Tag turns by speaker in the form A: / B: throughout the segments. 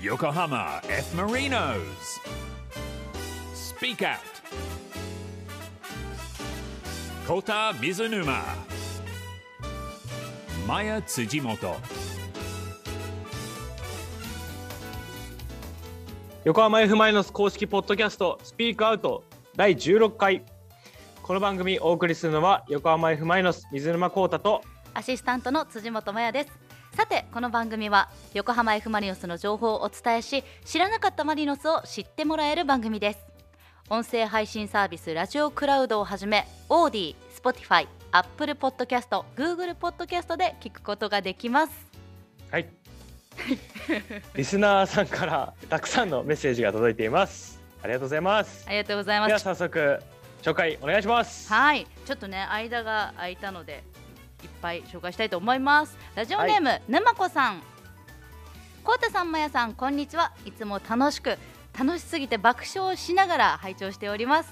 A: Yokohama F. Marinos. Speak Out. Kota Mizunuma. Maya Tsujimoto.
B: 横浜 F ・マイノス公式ポッドキャストスピークアウト第16回この番組お送りするのは横浜 F ・マイノス水沼宏太と
C: アシスタントの辻本麻也です。さてこの番組は横浜 F ・マリノスの情報をお伝えし知らなかったマリノスを知ってもらえる番組です音声配信サービスラジオクラウドをはじめオーディ、スポティファイ、アップルポッドキャスト、グーグルポッドキャストで聞くことができます
B: はいリスナーさんからたくさんのメッセージが届いていますありがとうございます
C: ありがとうございま
B: では
C: す
B: 早速紹介お願いします
C: はいちょっとね間が空いたのでいっぱい紹介したいと思いますラジオネーム、沼子さんこうたさんまやさんこんにちはいつも楽しく楽しすぎて爆笑しながら拝聴しております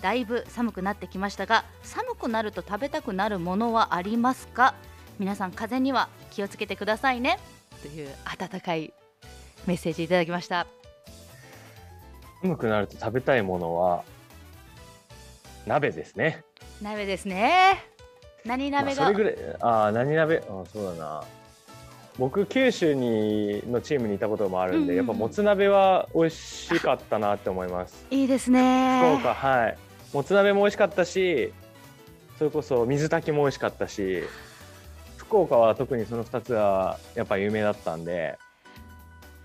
C: だいぶ寒くなってきましたが寒くなると食べたくなるものはありますか皆さん風邪には気をつけてくださいねという温かいメッセージいただきました
B: 寒くなると食べたいものは鍋ですね
C: 鍋ですね何鍋
B: まあ
C: が、
B: それぐらいああ何鍋ああそうだな僕九州にのチームにいたこともあるんで、
C: うんうんうん
B: やっぱもつ鍋は美味しかったなって思います
C: いいです
B: 福
C: ね
B: 岡はいもつ鍋も美味しかったしそれこそ水炊きも美味しかったし福岡は特にその2つはやっぱ有名だったんで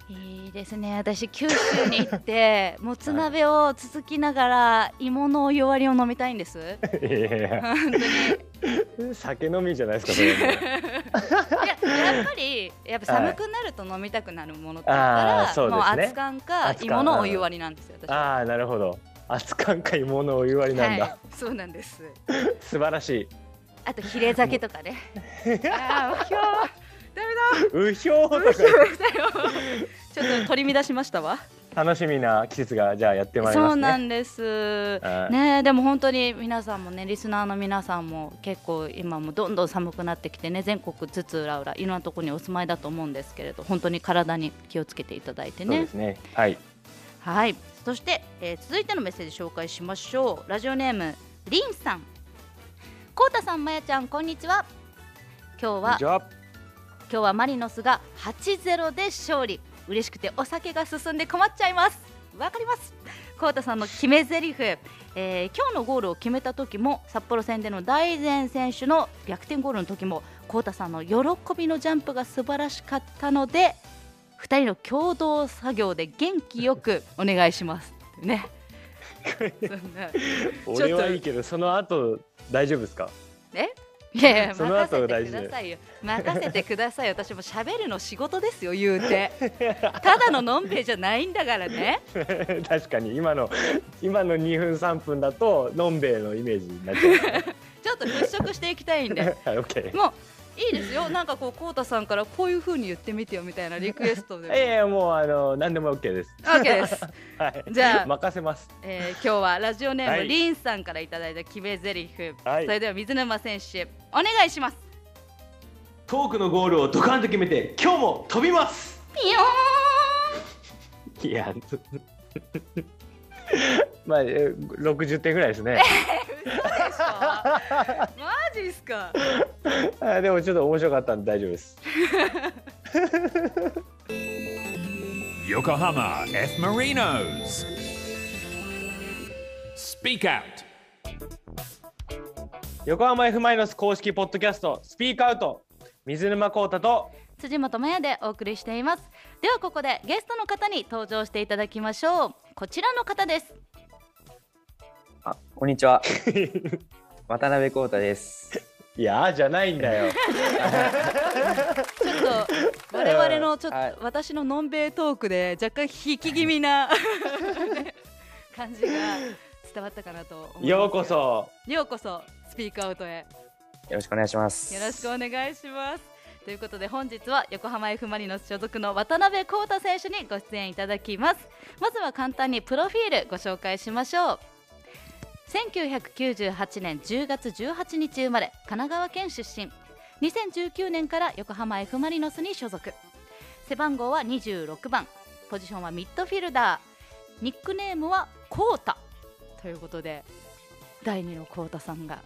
C: いいですね私九州に行ってもつ鍋を続きながら芋のお湯割りを飲みたいんです
B: いやいや
C: 本当にい
B: いや 酒飲みじゃないですかそ れも
C: ややっぱりやっぱ寒くなると飲みたくなるものって言った
B: はいあ
C: ら
B: ー、そうです
C: も
B: ね
C: う熱燗か
B: 熱燗
C: 芋のお湯割りなんですよ私は
B: ああなるほど熱燗か芋のお湯割りなんだ、
C: はい、そうなんです
B: 素晴らしい
C: あとヒレ酒とかねあー今日 ダ
B: うひょーとか
C: メだだよちょっと取り乱しましたわ、
B: 楽しみな季節がじゃあやってまいりま
C: そう
B: すね
C: なんです
B: はい
C: ねえでも本当に皆さんもねリスナーの皆さんも結構今もどんどん寒くなってきてね全国津々浦々いろんなところにお住まいだと思うんですけれど本当に体に気をつけていただいて
B: そう
C: ね
B: ですね。はい。
C: はいそして、えー続いてのメッセージ紹介しましょうラジオネームりんさんこうたさんまやちゃんこんにちは今日は
B: じゃあ、
C: 今日はマリノスが8-0で勝利嬉しくてお酒が進んで困っちゃいますわかりますコウタさんの決め台詞、えー、今日のゴールを決めた時も札幌戦での大前選手の逆転ゴールの時もコウタさんの喜びのジャンプが素晴らしかったので二人の共同作業で元気よくお願いしますねそんな
B: 俺はいいけど、その後大丈夫ですか。
C: いやいや
B: その
C: 任
B: 後
C: せ
B: が
C: て
B: 大事
C: くださいよ任せてくださ いよ私も喋るの仕事ですよ言うてただののんべいじゃないんだからね
B: 確かに今の今の2分3分だとのんべえのイメージになっちゃ
C: ちょっと払拭していきたいんで
B: う。 はい、オッケー。
C: もういいですよなんかこうこうたさんからこういう風に言ってみてよみたいなリクエス トでも
B: いやいやもうあの何でもオッケーです。
C: OK です、
B: はい。
C: じゃあ
B: 任せます。
C: えー今日はラジオネーム、
B: はい
C: リンさんからいただいた決め台詞、
B: はい
C: それでは水沼選手お願い します
D: トークのゴールをドカンと決めて今日も飛びます
C: ピヨーン
B: いや。 まあえー60点ぐらいです ね。
C: 嘘でしょマジっすか
B: あでもちょっと面白かったんで大丈夫です。
A: Yokohama F. Marinos. Speak Out.
B: 横浜 F マイノス公式ポッドキャストスピークアウト水沼孝太と
C: 辻本麻也でお送りしていますではここでゲストの方に登場していただきましょうこちらの方です
E: あ、こんにちは。渡辺康太です。
B: いやーじゃないんだよ。
C: ちょっと我々のちょっと、
E: はい
C: 私ののんべいトークで若干引き気味な 感じが伝わったかなと思います
B: ようこそ。
C: ようこそスピークアウトへ
E: よろしくお願いします。
C: よろしくお願いしますということで本日は横浜 F ・マリノス所属の渡辺康太選手にご出演いただきますまずは簡単にプロフィールご紹介しましょう1998年10月18日生まれ神奈川県出身2019年から横浜 F ・マリノスに所属背番号は26番ポジションはミッドフィルダーニックネームはコータということで第二のコータさんが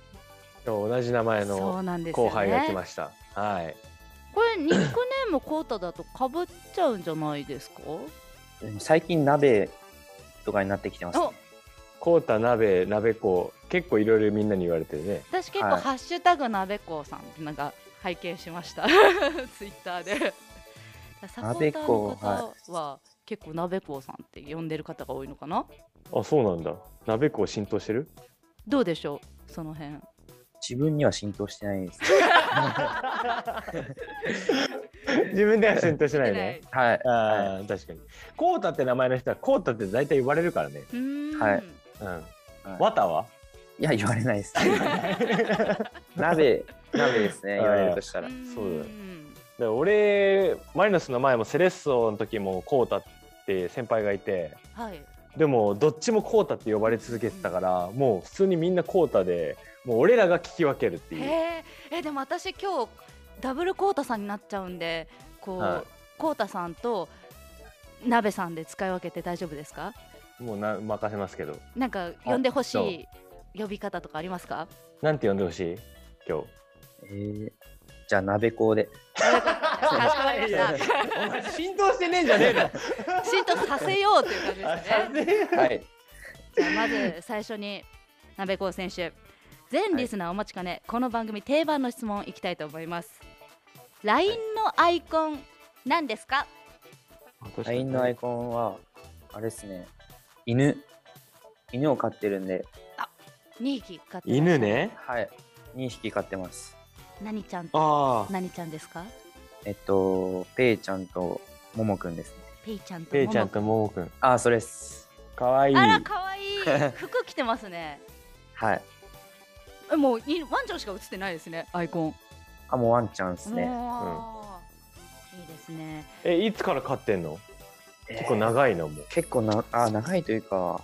B: 今日同じ名前
C: そう
B: の
C: なんですよ、ね、
B: 後輩が来ました、はい
C: これニックネームコータだとかぶっちゃうんじゃないですか
E: でも最近鍋とかになってきてます、ね
C: お。
B: コータ鍋鍋子結構いろいろみんなに言われてるね
C: 私結構「
E: はい
C: ハッシュタグなべこうさん」ってなんか拝見しました ツイッターでサポーターの方は結構なべこうさんって呼んでる方が多いのかな
B: あそうなんだ鍋子浸透してる
C: どうでしょうその辺
E: 自分には浸透してないです。
B: 自分では浸透しないね
E: はい。
B: ああ確かにコータって名前の人はコータって大体言われるからね
C: うーん
E: はい
B: うん、
E: い
B: わたはい
E: や、言われな いです。鍋、鍋ですね、言われるとしたら。
C: ーん
B: そうだよで俺マリノスの前もセレッソの時もコータって先輩がいて
C: はい
B: でもどっちもコータって呼ばれ続けてたからもう普通にみんなコータでもう俺らが聞き分けるっていう
C: へーえでも私今日ダブルコータさんになっちゃうんでこう、
B: はい
C: コータさんと鍋さんで使い分けて大丈夫ですか
B: もうな任せますけど
C: なんか呼んでほしい呼び方とかありますか
B: なんて呼んでほしい今日
E: えーじゃあ、鍋校で。
C: かしこまりま
B: い
C: し
B: やい
C: た
B: お前浸透してねえんじゃねえ の
C: 浸透させようという感じですね
E: はい。
C: じゃあまず最初に鍋子選手全リスナーお待ちかね、この番組定番の質問いきたいと思います LINE のアイコン何ですか、
E: LINE のアイコンは、あれですね、犬。犬を飼ってるんで、
C: 二匹飼ってらっしゃる
B: 犬ね
E: はい。2匹飼ってます。
C: 何ちゃん
B: ああ
C: 何ちゃんですか
E: えっと、ペイちゃんとももくんですね。
C: ペイちゃんと
B: ペ
C: モ
B: イ
C: モ
B: ちゃんとももくん
E: あー、それっす。
B: かわいい
C: あら可愛い 服着てますね
E: はい。
C: えもういワンちゃんしか映ってないですねアイコン
E: あ、もうワンちゃんですね。
C: もういいですね
B: えいつから飼ってんの
E: 結
B: 結構長いのもう
E: 結構なあ長いというか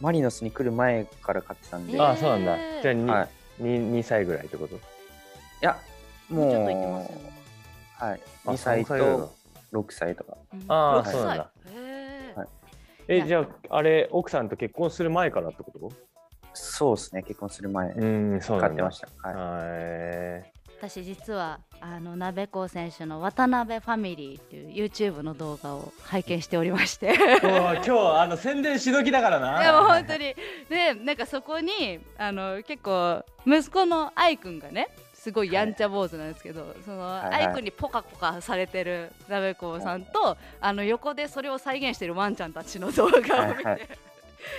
E: マリノスに来る前から買ってたんで、
C: えー
B: ああそうなんだじゃあ 2,、
E: はい
B: に二歳ぐらいってこと
E: いやもう
C: ちょっと言ってますよね
E: はい、
B: あ
E: 2歳
B: 三ぐらいだ
E: と6歳とか
C: うん
B: あー
C: 六歳
B: そうなんだ
C: へー
E: はい
B: え
C: や
B: じゃああれ奥さんと結婚する前からってこと
E: そうですね結婚する前
B: うんそう
E: 買ってましたた、はい
B: はい
C: 私実はあの鍋子選手の渡辺ファミリーっていう YouTube の動画を拝見しておりましてい
B: 今日あの宣伝しどきだからな
C: やもう本当にでなんかそこにあの結構息子の愛くんがねすごいやんちゃ坊主なんですけど、その
E: はいはい
C: 愛くんにポカポカされてる鍋子さんと、あの横でそれを再現してるワンちゃんたちの動画を見て、
E: はいはい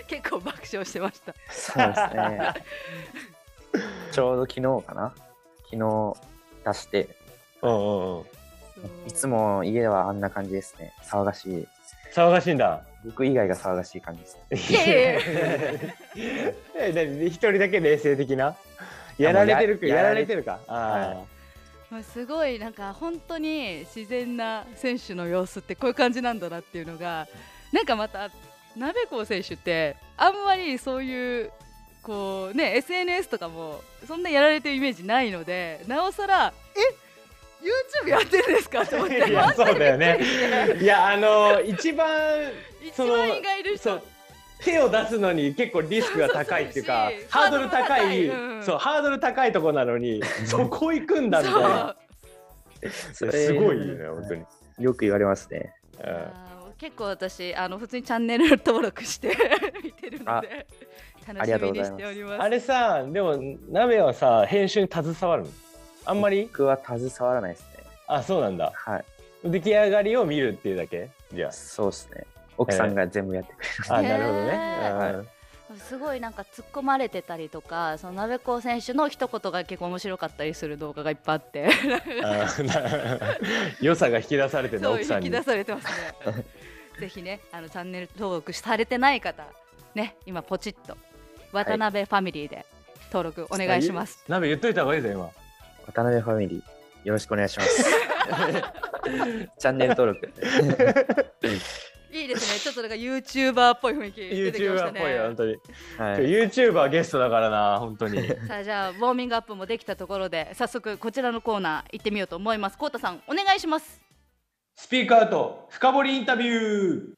C: 結構爆笑してました
E: そうですね ちょうど昨日かな昨日出して
B: うんうんうん
C: そう
E: いつも家ではあんな感じですね騒がしい
B: 騒がしいんだ
E: 僕以外が騒がしい感じです
B: い
C: やいやいや
B: え何一人だけ冷静的なやられてるか
E: や
B: や
E: や
B: ら
E: ら
B: れ
E: れ
B: てるかあ
C: まあ、すごいなんか本当に自然な選手の様子ってこういう感じなんだなっていうのがなんかまた鍋子選手ってあんまりそういうこうね SNS とかもそんなやられてるイメージないのでなおさらえ YouTube やってるんですかと思っ
B: ー
C: て
B: いやそうだよねいやあの一番
C: 一
B: その
C: 番意外でし
B: そ
C: た
B: う手を出すのに結構リスクが高いっていうか
C: そうそうそう
B: ハードル高い
C: ハードルが高いうん
B: そうハードル高いとこなのにそこ行くんだみたいな
C: そう
E: それ
B: すごいね本当に
E: よく言われますね
C: いやー結構私あの普通にチャンネル登録して 見てるので楽
E: ありが
C: し
E: と
C: み
E: うご
C: に
E: ざいます
C: しております
B: あれさでも鍋はさ編集に携わるのあんまり
E: 僕は携わらないですね
B: あそうなんだ
E: はい
B: 出来上がりを見るっていうだけじゃ
E: そうですね奥さんが全部やってくれ
B: ああなるほど
C: へ
E: ー
B: ね
C: すごいなんか突っ込まれてたりとかその鍋子選手の一言が結構面白かったりする動画がいっぱいあって
B: うんあーな良さが引き出されてるの
C: そう
B: 奥さ
C: 引
B: ん
C: き
B: に
C: 出されてますね ぜひねあのチャンネル登録されてない方ね今ポチッと渡辺ファミリーで登録お願いします、
B: 鍋言っといた方がいいぞ今
E: 渡辺ファミリー、よろしくお願いし ます。チャンネル登録。
C: い、いですねちょっとなんか YouTuber っぽい雰囲気出てきました
B: YouTuber っぽいよ本
C: ね
B: 当に
E: は
B: 今日
E: い。
B: YouTuber ゲストだからな本当に
C: さあじゃあウォーミングアップもできたところで早速こちらのコーナー行ってみようと思いますコウタさんお願いします
D: スピークアウト深掘りインタビュー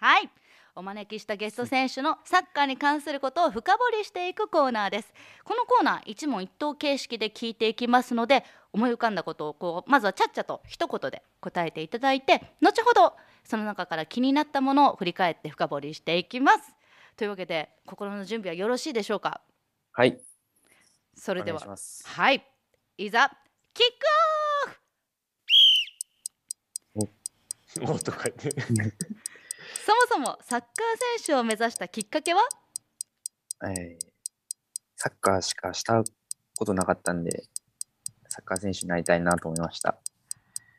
C: はいお招きしたゲスト選手のサッカーに関することを深掘りしていくコーナーですこのコーナー一問一答形式で聞いていきますので思い浮かんだことをこうまずはちゃっちゃと一言で答えていただいて後ほどその中から気になったものを振り返って深掘りしていきますというわけで心の準備はよろしいでしょうか
E: はい。
C: それ
E: お
C: で
E: 願い
C: は
E: します。
C: はいいざキック
D: おとか言って
C: オフそもそもサッカー選手を目指したきっかけは
E: えーサッカーしかしたことなかったんで、サッカー選手になりたいなと思いました。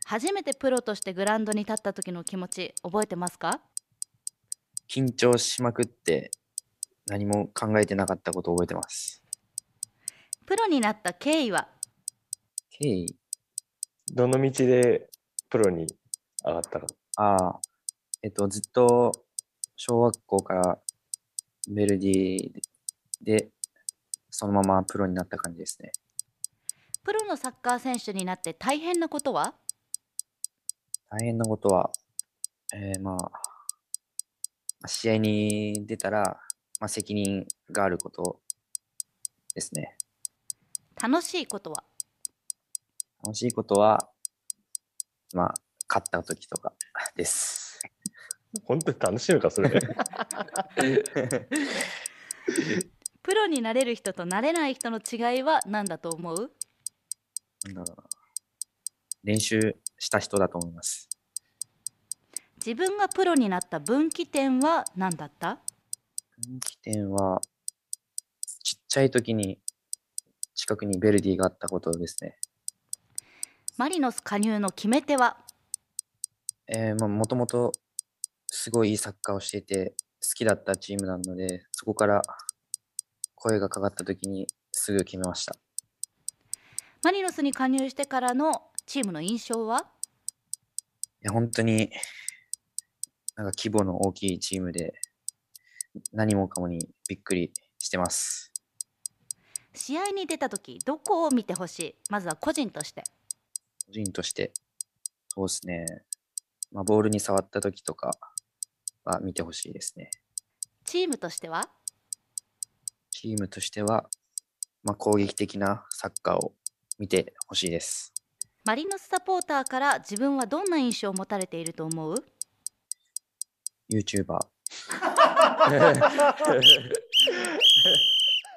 C: 初めてプロとしてグラウンドに立った時の気持ち覚えてますか
E: 緊張しまくって、何も考えてなかったことを覚えてます。
C: プロになった経緯は
E: 経緯、
B: どの道でプロに上がったの
E: ああ、えっと、ずっと小学校からヴェルディで、そのままプロになった感じですね。
C: プロのサッカー選手になって大変なことは
E: 大変なことは、えー、まあまあ、試合に出たら、まあ、責任があることですね。
C: 楽しいことは
E: 楽しいことは、まあ、勝った時とかです。
B: 本当に楽しいのか、 それ。
C: プロになれる人となれない人の違いは何だと思う
E: なんだろうな。練習した人だと思います。
C: 自分がプロになった分岐点は何だった
E: 分岐点は、ちっちゃい時に近くにベルディがあったことですね。
C: マリノス加入の決め手は
E: えー、まあ、もともとすごいいいサッカーをしていて、好きだったチームなので、そこから声がかかった時にすぐ決めました。
C: マリノスに加入してからのチームの印象はい
E: や、本当に、なんか規模の大きいチームで、何もかもにびっくりしてます。
C: 試合に出た時どこを見てほしいまずは個人として
E: 個人として、そうですね。まあ、ボールに触った時とかは見てほしいですね。
C: チームとしては
E: チームとしては、まあ、攻撃的なサッカーを見てほしいです。
C: マリノスサポーターから自分はどんな印象を持たれていると思う
E: YouTuber。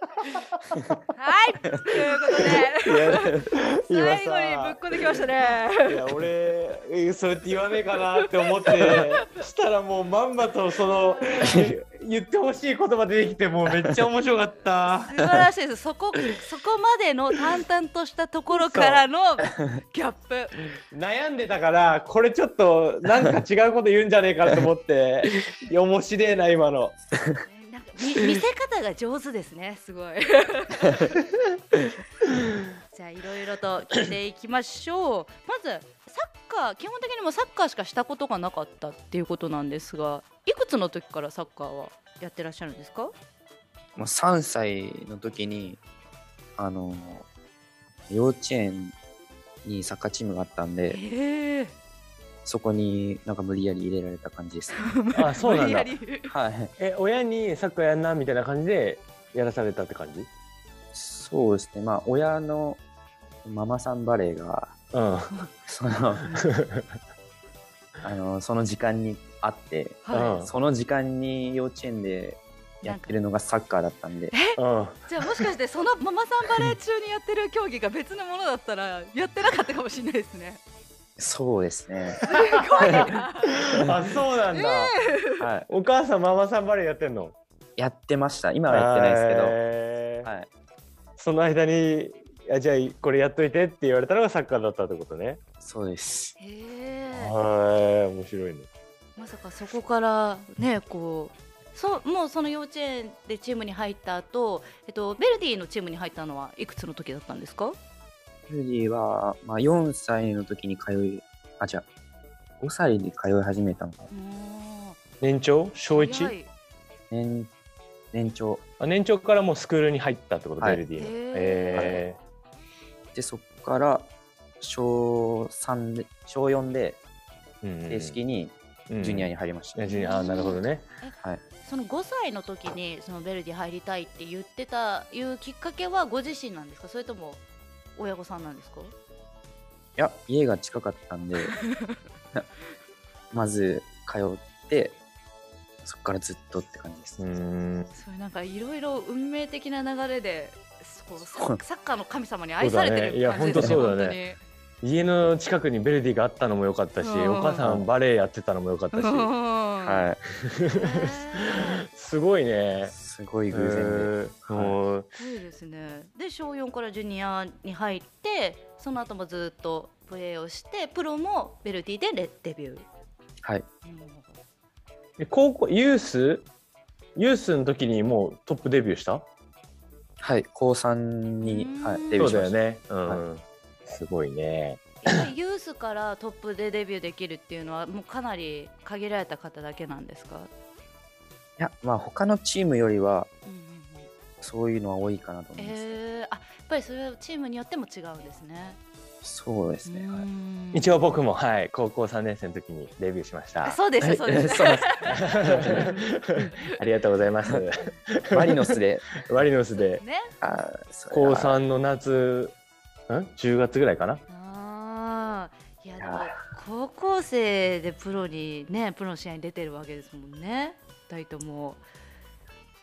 C: はいということで
B: いや今
C: 最後にぶっ
B: さ
C: こんできましたね。
B: いや俺
D: えそれって言わねえかなって思ってしたらもうまんまとそのえ言ってほしい言葉出てきてもうめっちゃ面白か った
C: 素晴らしいです。そこそこまでの淡々としたところからのギャップ。
D: 悩んでたからこれちょっとなんか違うこと言うんじゃねえかと思っていや面白えな今の
C: なんか見 見せ方が上手ですね。す ごい。じゃあいろいろと聞いていきましょう。まずサッカー基本的にもサッカーしかしたことがなかったっていうことなんですが、いくつの時からサッカーはやってらっしゃるんですか？
E: まあ、3歳の時に、あの、幼稚園にサッカーチームがあったんで、
C: ええ。
E: そこになんか無理やり入れられた感じですね。
B: あそうなん
C: 無理や
B: だ
C: り
E: はい。
B: え親にサッカーやんなみたいな感じでやらされたって感じ
E: そうですね。まあ、親のママさんバレーが、
B: うん
E: その、あの、その時間にあって、
B: うん
C: は
E: その時間に幼稚園で
C: い。
E: やってるのがサッカーだったんで、
B: うん
C: じゃあもしかしてそのママさんバレー中にやってる競技が別のものだったらやってなかったかもしれないですね。
E: そうですね。
C: すごいな。
B: あそうなんだ、
E: はい。
B: お母さんママさんバレーやってんの
E: やってました。今はやってないですけど、
B: へー
E: はい。
B: その間にあじゃあこれやっといてって言われたのがサッカーだったってことね
E: そうです。
C: へえ。
B: はい面白いね
C: まさかそこからねこうそうもうその幼稚園でチームに入った後、えっとベルディのチームに入ったのはいくつの時だったんですか？
E: ベルディは、まあ、4歳の時に通い、あ、違う、5歳で通い始めたのかな。
B: 年長小
C: 早
B: 1?
C: い
E: 年、年長。
B: あ年長からもうスクールに入ったってこと、
E: はい
B: ベルディの
C: へー
B: へ
E: で、そこから、小3で、小4で正
B: 正
E: 式にジュニアに入りました。
B: ジュニアあなるほどね
E: はい。
C: その5歳の時にそのベルディ入りたいって言ってたいうきっかけはご自身なんですかそれとも親御さんなんですか
E: いや、家が近かった んで、まず通って、そこからずっとって感じです。
B: うーん
C: それなんかいろいろ運命的な流れでそう
E: そう
C: ササッカーの神様に愛されて
B: そうだねい
C: る
B: や
C: 感じですね
B: 本当そうだね家の近くにベルディがあったのも良かったし、
C: うん
B: お母さんバレエやってたのも良かったし、
C: 本当にうん
E: は
C: へ
B: すごい
E: い。
B: ね。
E: すごい
B: え
E: 偶然で。
B: ーもう
C: ーすごいですねで小4からジュニアに入ってその後もずっとプレーをしてプロもベルディでレデビュー
E: はい。
B: え高校ユースユースの時にもうトップデビューした？
E: はい。高3に、は
C: うーん
E: い、デビュ
B: そ
E: ー
B: う
E: しま
B: だ
E: し
B: よ
E: た。
B: ね。うん。すごいね。
C: やっぱりユースからトップでデビューできるっていうのはもうかなり限られた方だけなんですか、
E: いや、まあ他のチームよりは、
C: うんうんうん
E: そういうのは多いかなと思います。
C: えー、あやっぱりそれはチームによっても違うんですね。
E: そうですね。は
C: うー
E: い
C: ん
B: 一応僕もはい高校3年生の時にデビューしました。
C: あそうでしたそうでし
E: そうで
C: た。
B: ありがとうございます。
E: マリノスで、
B: ワリノスで
C: ね。
E: あーそれ
B: 高
E: は
B: 3の夏、ん ?10 月ぐらいかな。
C: ああいやで
E: い
C: も
E: や
C: 高校生でプロにねプロの試合に出てるわけですもんね。大とも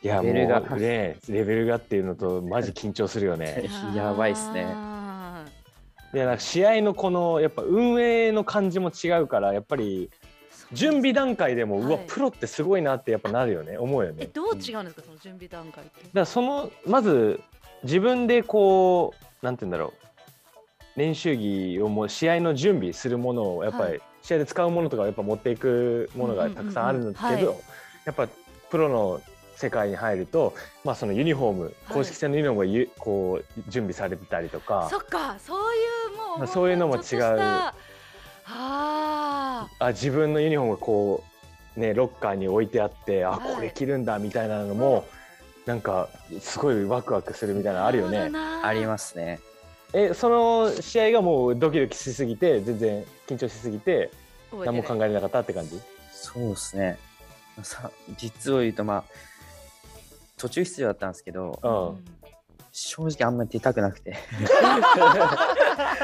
B: いやも
E: レベルが
B: うねレベルがっていうのとマジ緊張するよね。
E: やばいっすね
C: あ
B: い
C: ー
B: やなんか試合のこのやっぱ運営の感じも違うからやっぱり準備段階でも、
C: はいう
B: わプロってすごいなってやっぱなるよね思うよね。
C: え
B: だか
C: どう違うんですかその準備段階って。
B: らそのまず自分でこうなんて言うんだろう練習着をもう試合の準備するものをやっぱ
C: は
B: り
C: い
B: 試合で使うものとかやっぱ持っていくものがたくさんあるんだけ
C: うんうんうんうんは
B: どやっぱプロの世界に入ると、まあ、そのユニフォーム
C: はい
B: 公式戦のユニフォームがゆこう準備されてたりとか。
C: そっかそういうもう
B: ま
C: ほ
B: あ
C: んと
B: そういうのも違う
C: ちょっとしたああ
B: あ自分のユニフォームがこうねロッカーに置いてあってあ
C: はい
B: これ着るんだみたいなのも、なんかすごいワクワクするみたいなのあるよね
E: あり
C: す。
E: ますね。
B: えその試合がもうドキドキしすぎて全然緊張しすぎて
C: 覚
B: 何
C: えてない
B: も考えれなかったって感じ
E: そうですね。さ実を言うと、まあ、途中出場だったんですけど、
B: うん、
C: うん
E: 正直あんまり出たくなくて。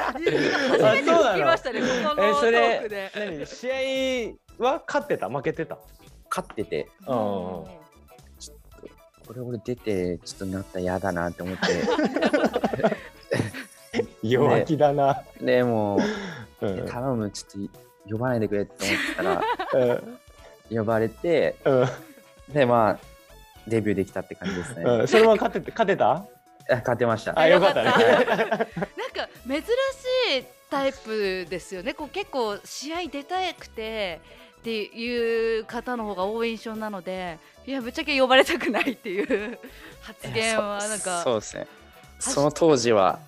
C: 初めて 聞きましたね、ここのト
B: えそれ
C: ークで。
B: 何試合は勝ってた負けてた
E: 勝ってて、
B: うんうんうん
E: これ俺出て、ちょっとなったら嫌だなって思っ
B: 弱気だな、
E: て、 でも
B: う
E: う、
B: ん
E: 頼む、ちょっと呼ばないでくれって思ったら、
B: うん
E: 呼ばれて、
B: うん
E: で、まあ、デビューできたって感じですね。
B: う
E: あ
B: ん、それは勝てて勝てた
E: 勝てました。
B: あよかったね
C: よ なんか珍しいタイプですよね。こう結構試合出たくてっていう方の方が多い印象なので、いやぶっちゃけ呼ばれたくないっ ていう発言はなんか。
E: そうですね。その当時は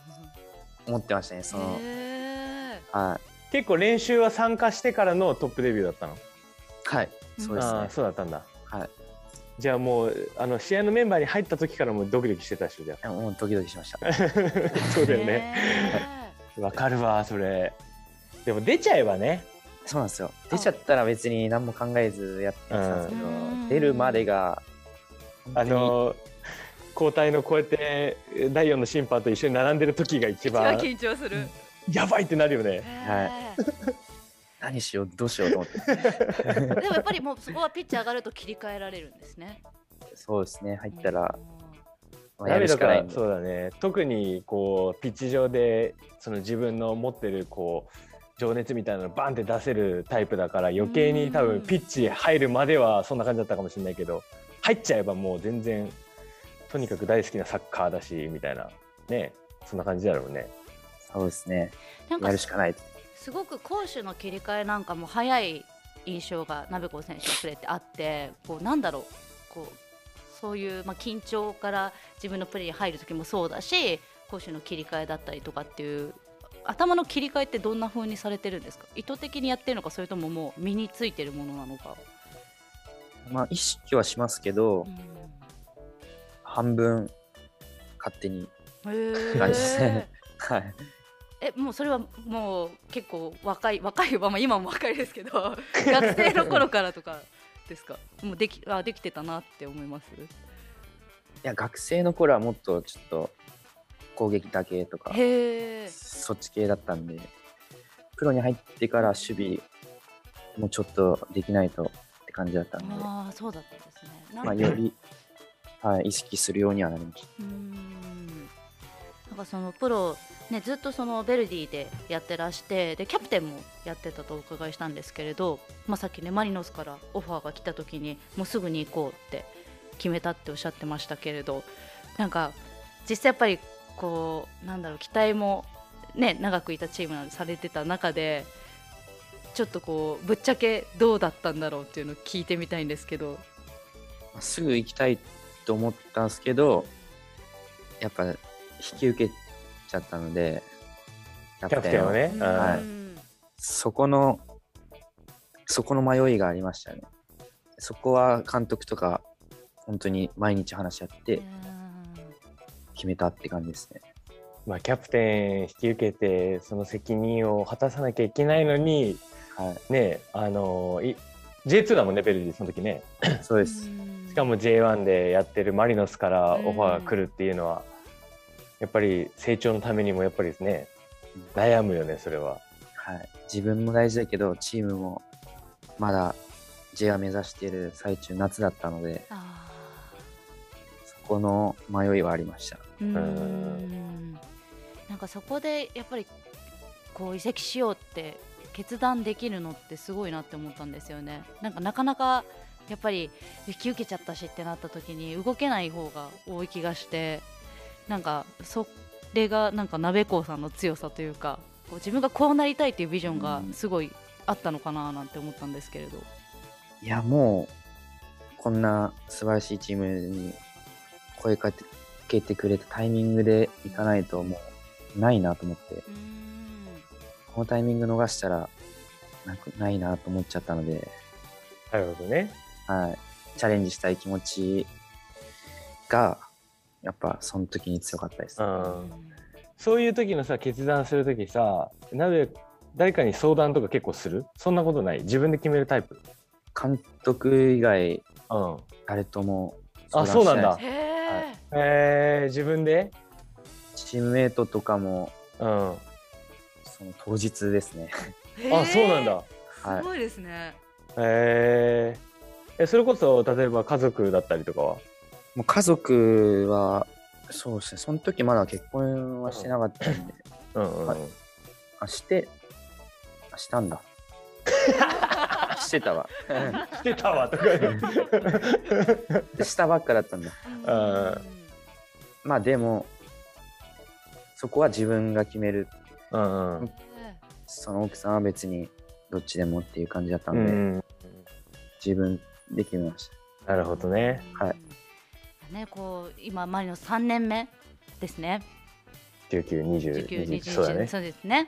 E: 思ってましたね。そ
C: うん
E: の、
C: へ
E: は
B: 結構練習は参加してからのトップデビューだったの
E: い。はい。そうです
B: ああ
E: ね
B: ー。そうだったんだ
E: はい。
B: じゃあもうあの試合のメンバーに入った時からもうドキドキしてたでしょじゃ
E: いやもうドキドキしました。
B: あ そう
C: ー
B: だよね
C: へ
B: わかるわそれでも出ちゃえばね
E: そうなんですよ。出ちゃったら別に何も考えずやってたんですけど、
C: うん
E: 出るまでが、
B: あの交代のこうやって第4の審判と一緒に並んでる時が一
C: ー一番
B: 番
C: 緊張する。
B: やばいってなるよね
C: へー
E: 何しよう、どうしようと思って。
C: でもやっぱりもうそこはピッチ上がると切り替えられるんですね。
E: そうですね、入ったら、
C: うん
E: まあ、やるしかないんで。
B: そうだね特にこうピッチ上でその自分の持ってるこう情熱みたいなのバンって出せるタイプだから余計に多
C: うん
B: 分ピッチ入るまではそんな感じだったかもしれないけど入っちゃえばもう全然とにかく大好きなサッカーだしみたいなねそんな感じだろうね。
E: そうですね、
C: なん
E: や
C: か
E: るしかない。
C: すごく攻守の切り替えなんかも早い印象が鍋子選手のプレーってあってこうなんだろうこうそういう、まあ、緊張から自分のプレーに入る時もそうだし攻守の切り替えだったりとかっていう頭の切り替えってどんな風にされてるんですか意図的にやってるのかそれとももう身についてるものなのか。
E: まあ、意識はしますけど、半分、勝手に。
C: へー
E: 感じですねはい。
C: えもうそれはもう結構若い若いまあ今も若いですけど学生の頃からとかですかもうできあできてたなって思います
E: や、学生の頃はもっとちょっと攻撃だけとか、
C: へえ
E: そっち系だったんで、プロに入ってから守備もちょっとできないとって感じだったんで、
C: ああそうだったんですねなんか
E: まあ、より、はい、意識するようにはなりました。
C: うーんなんかそのプロ、ね、ずっとそのベルディでやってらしてでキャプテンもやってたとお伺いしたんですけれど、まあ、さっきねマリノスからオファーが来た時にもうすぐに行こうって決めたっておっしゃってましたけれどなんか実際やっぱりこうなんだろう期待も、ね、長くいたチームなんでされてた中でちょっとこうぶっちゃけどうだったんだろうっていうのを聞いてみたいんですけど。
E: まあすぐ行きたいと思ったんですけど、やっぱ引き受けちゃったので、キ
B: キャプテンは。ね。
E: は
B: う
E: い
B: ん
E: そこの、そこの迷いがありましたね。そこは監督とか、本当に毎日話し合って決めたって感じですね。
B: まあ、キャプテン引き受けて、その責任を果たさなきゃいけないのに、
E: は
B: ね、あのい J2 だもんね、ベルディ、その時ね。
E: い、そうです。
B: しかも J1 でやってるマリノスからオファーが来るっていうのは、やっぱり成長のためにも、やっぱりですね、悩むよね、それは。
E: はい、自分も大事だけど、チームもまだ J は目指している最中、夏だったので、
C: あー
E: そこの迷いはありました。
C: うーんなんかそこでやっぱりこう移籍しようって決断できるのってすごいなって思ったんですよね。なんかなかなかやっぱり引き受けちゃったしってなった時に動けない方が多い気がしてなんかそれがなんか鍋子さんの強さというかこう自分がこうなりたいっていうビジョンがすごいあったのかななんて思ったんですけれど。
E: いや、もう、こんな素晴らしいチームに声かけてくれたタイミングで行かないと、もう、ないなと思って、このタイミング逃したら、なくないなと思っちゃったので、
B: なるほどね。
E: はい、チャレンジしたい気持ちが、やっぱ、その時に強かったです。
B: う
E: あ
B: ん。そういう時のさ、決断する時さ、なぜ誰かに相談とか結構するそんなことない自分で決めるタイプ
E: 監督以外、
B: うん。
E: 誰とも
B: あ
E: 相談
B: そうなんだ
E: しい
C: へえ。
B: えー、自分で
E: チームメイトとかも、
B: うん。あ、
E: その当日です ね。
B: そうなんだ。
E: はい
C: すごいですね。。
B: えー、えそれこそ例えば家族だったりとかは
E: もう家族は、そうですね、その時まだ結婚はしてなかっ たんで、
B: うんうんうん、
E: はいあ、して、あ、した んだ。してたわ。
B: してたわとか言う
E: でしたばっかだったんだ。
B: あ
E: まあでも、そこは自分が決める。
B: うんうん
E: その奥さんは別にどっちでもっていう感じだった
B: うん
E: で、
B: ん
E: 自分で決めました。
B: なるほどね。
E: はい
C: ね、こう今マリの三年目ですね。
B: 19、
C: 十九、
B: 20、
C: 二
B: 20
C: 十、
B: そうだね。
C: そうですね。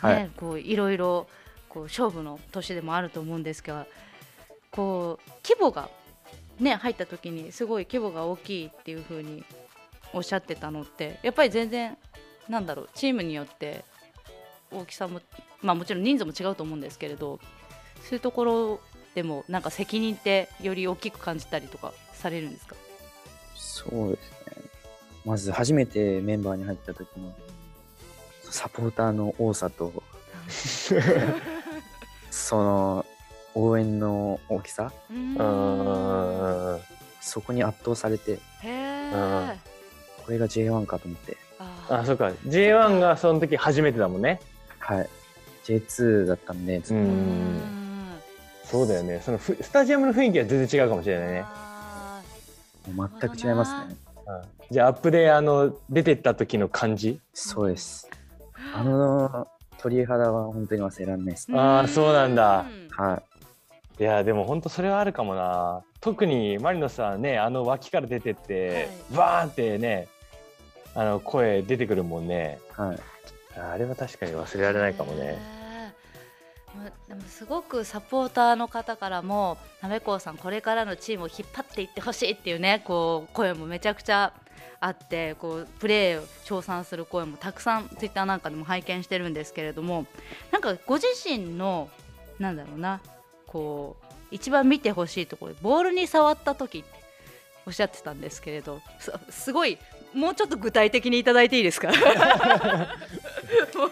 E: はい
C: ね、こういろいろこう勝負の年でもあると思うんですが、こう規模がね入った時にすごい規模が大きいっていう風におっしゃってたのって、やっぱり全然なんだろうチームによって大きさもまあもちろん人数も違うと思うんですけれど、そういうところでもなんか責任ってより大きく感じたりとかされるんですか。
E: そうですね。まず初めてメンバーに入った時のサポーターの多さと、その応援の大きさ、
C: う
B: う
C: ーん
B: ん
E: そこに圧倒されて、
C: へえ
B: うん
E: これが J1 かと思って、
B: あ、
C: あ
B: そっか。J1 がその時初めてだもんね。
E: はい。J2 だったんで、ず
B: う
E: っ
C: ー
B: ん。そうだよね。そのふスタジアムの雰囲気は全然違うかもしれないね。
C: あー
E: ともう全く違います
C: なるほど
E: ね。
B: うんじゃあアップであの出てった時の感じ。
E: そうです。あの鳥肌は本当に忘れられないです。
B: あーそうなんだ
C: ん
E: はい
B: やでも本当それはあるかもな特にマリノスはねあの脇から出てって、バーンってねあの声出てくるもんね
E: い。はい。
B: あれは確かに忘れられないかもね
C: へーまでもすごくサポーターの方からもなめこうさんこれからのチームを引っ張っていってほしいっていうねこう声もめちゃくちゃあってこうプレーを称賛する声もたくさんツイッターなんかでも拝見してるんですけれどもなんかご自身のなんだろうなこう一番見てほしいところボールに触った時っておっしゃってたんですけれどすすごいもうちょっと具体的にいただいていいですか もう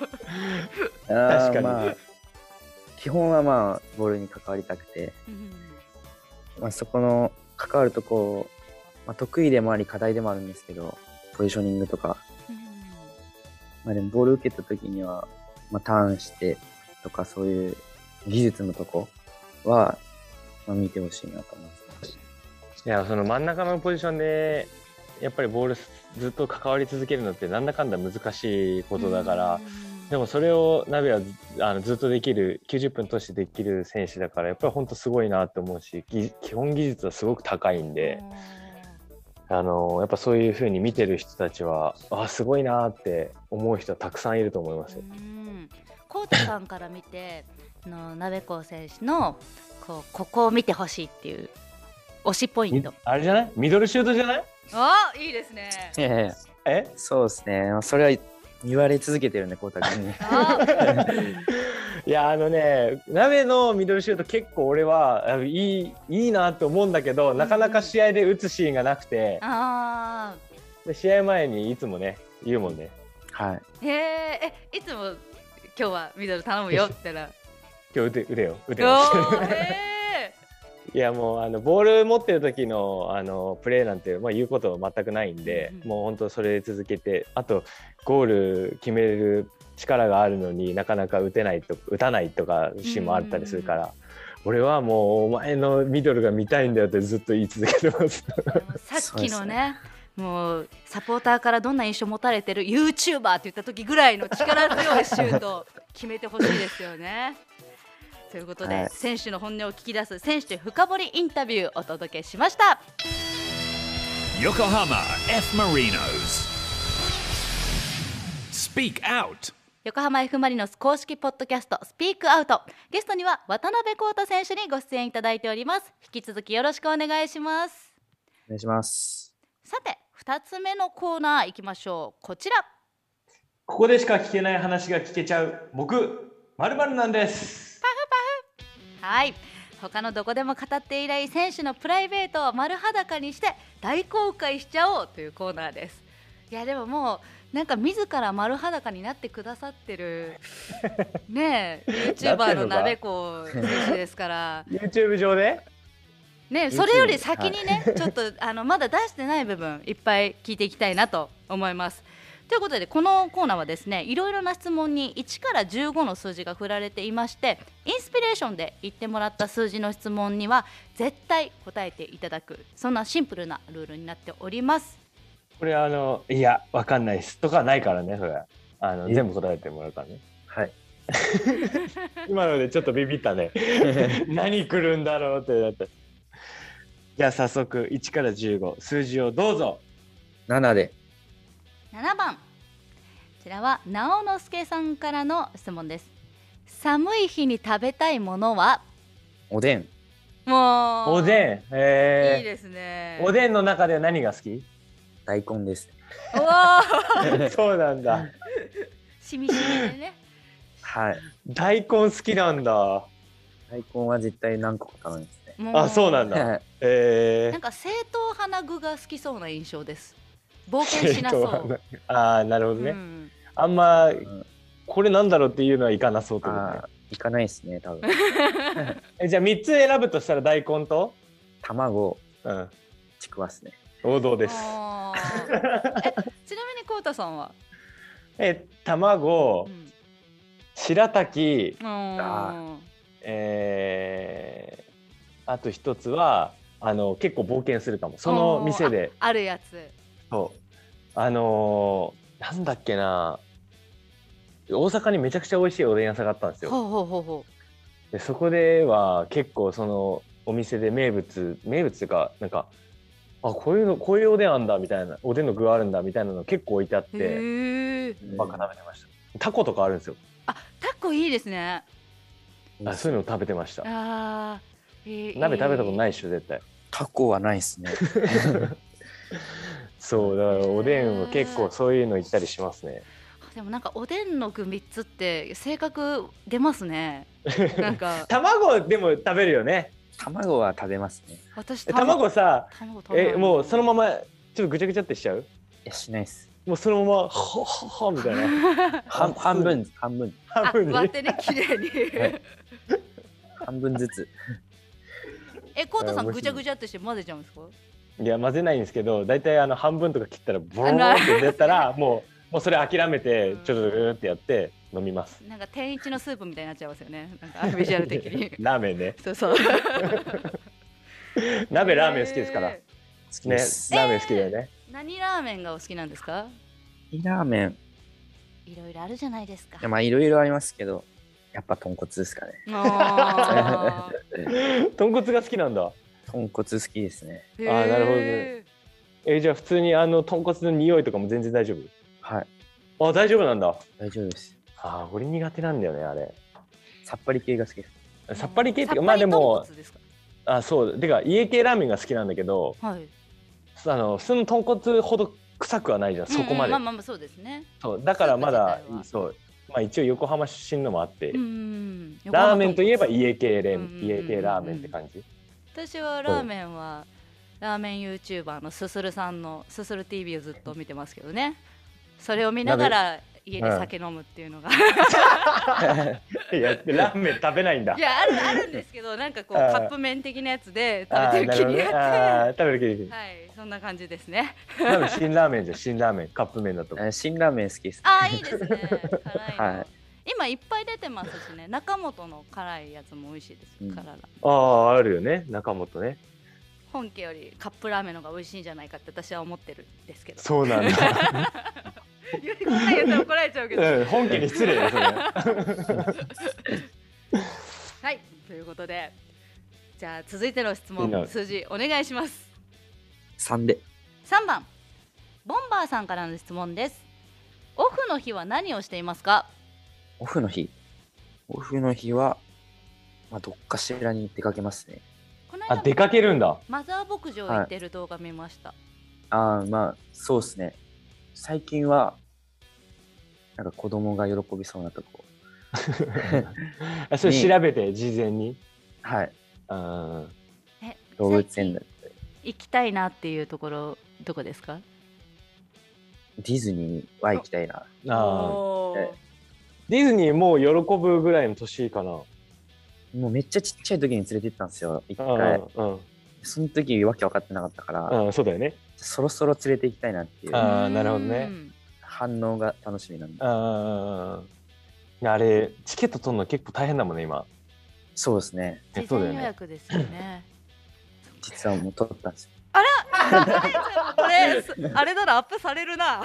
E: 確
B: かに
E: まあ、基本はまあボールに関わりたくて、
C: うん
E: まあ、そこの関わるとこ、まあ、得意でもあり課題でもあるんですけどポジショニングとか、
C: うん
E: まあ、でもボール受けた時には、まあ、ターンしてとかそういう技術のとこは、まあ、見てほしいなと思います。
B: いやその真ん中のポジションでやっぱりボールずっと関わり続けるのってなんだかんだ難しいことだから、でもそれを鍋はずあのずっとできる90分通してできる選手だからやっぱり本当すごいなって思うしぎ基本技術はすごく高いんで、あのやっぱそういうふうに見てる人たちはあすごいなって思う人はたくさんいると思います
C: う。んコウタさんから見てあの鍋子選手のこうここを見てほしいっていう推しポイン
B: み
C: ト。
B: あれじゃないミドルシュートじゃない
C: あいいですね。
E: いやいや
B: え
E: そうですね、まあ、それは言われ続けてるんで光太 君に
C: あ
B: いやあのね鍋のミドルシュート結構俺はあいいいいなと思うんだけどなかなか試合で打つシーンがなくて
C: あ
B: で試合前にいつもね言うもんね
E: はい
C: ーへええいつも今日はミドル頼むよっ て言ったら。
B: 今日打て打てよ打てよ
C: おーへ
B: いやもうあのボール持ってる時のあのプレーなんて、まあ、言うことは全くないんで、
C: うんうん
B: もう本当それ続けてあとゴール決める力があるのになかなか打てないと打たないとかシーンもあったりするから、俺はもうお前のミドルが見たいんだよってずっと言い続けてます。
C: ーでもさっきのね。もうサポーターからどんな印象を持たれてる YouTuber って言った時ぐらいの力強いシュートを決めてほしいですよね。ということで、
E: はい
C: 選手の本音を聞き出す選手深掘りインタビューお届けしました。
A: Yokohama F. Marinos. Speak Out.
C: 横浜 F ・マリノス公式ポッドキャストスピークアウトゲストには渡辺浩太選手にご出演いただいております引き続きよろしくお願いします
E: お願いします
C: さて2つ目のコーナー行きましょうこちら
D: ここでしか聞けない話が聞けちゃう僕まるなんです
C: はい他のどこでも語っていない選手のプライベートを丸裸にして大公開しちゃおうというコーナーですいやでももうなんか自ら丸裸になってくださっ てるねえ YouTuber の鍋子選手で すから。
B: YouTube 上で
C: ね、
E: YouTube
C: それより先にね、ちょっとあのまだ出してない部分いっぱい聞いていきたいなと思います。ということでこのコーナーはですねいろいろな質問に1から15の数字が振られていましてインスピレーションで言ってもらった数字の質問には絶対答えていただくそんなシンプルなルールになっております。
B: これあのいやわかんないですとかないからねそれあの全部答えてもらうからね
E: はい
B: 今のでちょっとビビ ったね何来るんだろうってなってじゃあ早速1から15数字をどうぞ
E: 7で
C: 7番こちらは直之助さんからの質問です。寒い日に食べたいものは
E: おでん
C: もう
B: お
C: ん
B: でん
C: いい
B: え
C: ですね
B: ー、おでんの中で何が好き
E: 大根です
C: うわ ー
B: そうなんだ
C: しみしみでね。
E: はい
B: 大根好きなんだ
E: 大根は絶対何個か頼みますね
C: も
B: あそうなんだ
E: はい
B: え
C: な
B: ー
C: んか正統派な具が好きそうな印象です。冒険しなそう。
B: ああなるほどね、
C: うん
B: あんま
E: ん
B: これなんだろうっていうのはいかなそうってことね
E: あーいかないですね多分
B: えじゃあ3つ選ぶとしたら大根と、
E: 卵
B: うん、
E: ちくわですね
B: 王道です。
C: あーえちなみにこうたさんは。
B: え卵
C: う、ん
B: 白滝、
C: うん
B: えー、あと一つはあの結構冒険するかもその店で
C: あるやつ。
B: そうあのーなんだっけな大阪にめちゃくちゃ美味しいおでん屋さんがあったんですよ
C: ほうほうほうほ
B: でそこでは結構そのお店で名物名物っていうかなんかあこういうのこういうおでんあんだみたいなおでんの具あるんだみたいなの結構置いてあっ
C: う。
B: て
C: へえ。
B: ばっか食べてましたタコとかあるんですよ
C: あタコいいですね。
B: あそういうの食べてました
C: あー、えー。
B: 鍋食べたことないいでしょ絶対
E: タコはないですね。
B: そうだからおでんは結構そういうの行ったりしますね
C: でもなんかおでんの具三つって性格出ますね。な んか
D: 卵でも食べるよね
E: 卵は食べますね。い
C: 私
D: え卵さ
C: 卵食べな
B: え
C: い
B: もうそのままちょっとぐちゃぐちゃってしちゃう
E: や、しないです。
B: もうそのままほほほみたいな
E: 半半分、半分、
B: 半
C: あ
B: 分に
C: 割ってね綺麗に。
E: はい半分ずつ。
C: えコウタさ
B: あ
C: ん
B: 面白い
C: ぐちゃぐちゃってして混ぜちゃうんですか？
B: いや混ぜないんですけど大体あの半分とか切ったらボローンって出たらもうもうそれ諦めてちょっとうーってやって飲みます。
C: なんか天一のスープみたいになっちゃいますよね。なんかビジュアル的に
B: ラーメンね
C: そうそう。
B: 鍋ラーメン好きですからね
C: え
E: 好き
B: ラ
E: です。
B: ーメン好きだよね
C: ー何ラーメンがお好きなんですか？
E: えラーメン、い
C: いろいろあるじゃないですか。
E: やまあいろいろありますけど、やっぱ豚骨ですかね。
C: あ
B: 豚骨が好きなんだ
E: 豚骨好きですね。
C: ー
B: あーなるほど
C: へ
B: えじゃあ普通にあの豚骨の匂いとかも全然大丈
E: はい、
B: 夫あ大丈夫なんだ
E: 大丈夫です。
B: あー俺苦手なんだよねあれ
E: さっぱり系が好きです。
C: ー
B: さっぱり系っていうか
C: さ
B: まあ
C: ぱり
B: でも
C: 豚骨ですか
B: あそうてか家系ラーメンが好きなんだけど
C: はい。
B: あの普通の豚骨ほど臭くはないじゃんそこまで、
C: うんうんまあまあまあそうですね。
B: そうだからまだ
C: スープ自体
B: そ
C: は
B: う、まあ、一応横浜出身のもあって、
C: うん。
B: ラーメンといえば
C: え。
B: 家系レ
C: うんうんうん
B: ン
C: うん
B: 家系ラーメンって感じ、
C: 私はラーメンはラーメンユーチューバーのすするさんのすする TV をずっと見てますけどね。それを見ながら家で酒飲むっていうのが、
B: いやラーメン食べないんだ
C: いやあるあるんですけ どなんかこう
B: あー
C: カップ麺的なやつで
B: あ
C: 食
B: ー
C: べ
B: な
C: て
B: る
C: る気
B: ほど
C: に
B: ね
C: なって。
B: あー食べる気に なっ
C: はい、そんな感じですね。
B: て多分辛ラーメンじゃん辛ラーメンカップ麺だと
E: えー辛ラーメン好きです。
C: ああ、いいですね。辛いの。
E: はい
C: 今いっぱい出てますしね。中本の辛いやつも美味しいです。
E: うん
C: 辛ラーメン
B: あああるよね中本ね
C: 本家よりカップラーメンの方が美味しいんじゃないかって私は思ってるんですけど。
B: そうなんだ、
C: こんなん言ったら怒られちゃ うけど。
B: うん、 本家に失礼だよそれ
C: はい、ということで、じゃあ続いての質問
B: いいな
C: 数字お願いします。
E: 三で。
C: 3番、ボンバーさんからの質問です。オフの日は何をしていますか？
E: オフの日。オフの日は、まあ、どっかしらに出かけますね。
C: この
B: あ
C: 間
B: 出かけるん だ
C: マザー牧場行ってる動画見ました。
E: ああ、まあ、そうですね。最近は、なんか子供が喜びそうなとこ。
B: あそれ
E: ね
B: 調べて事前に
E: はい。
B: あ
C: え
E: 動物園だ。
C: 最近行きたいなっていうところどこですか？
E: ディズニーは行きたいな。
B: ーあー
C: おー
E: え
B: ディズニーもう喜ぶぐらいの年かな
E: もうめっちゃちっちゃい時に連れて行ったんですよ。一
B: うん、
E: 回。
B: うん
E: その時わけ分かってなかったから、
B: うんそうだよね
E: そろそろ連れて行きたいなっていう
B: あーなるほどね
C: うん
E: 反応が楽しみなんで。
B: あああれチケット取るの結構大変だもんね今
E: そうですね。
B: え
C: 事
B: そうだ
C: 前
B: よ
C: 予
B: ね
C: 約ですよね。
E: 実はもう撮ったんですよ。
C: これすあれならアップされるな。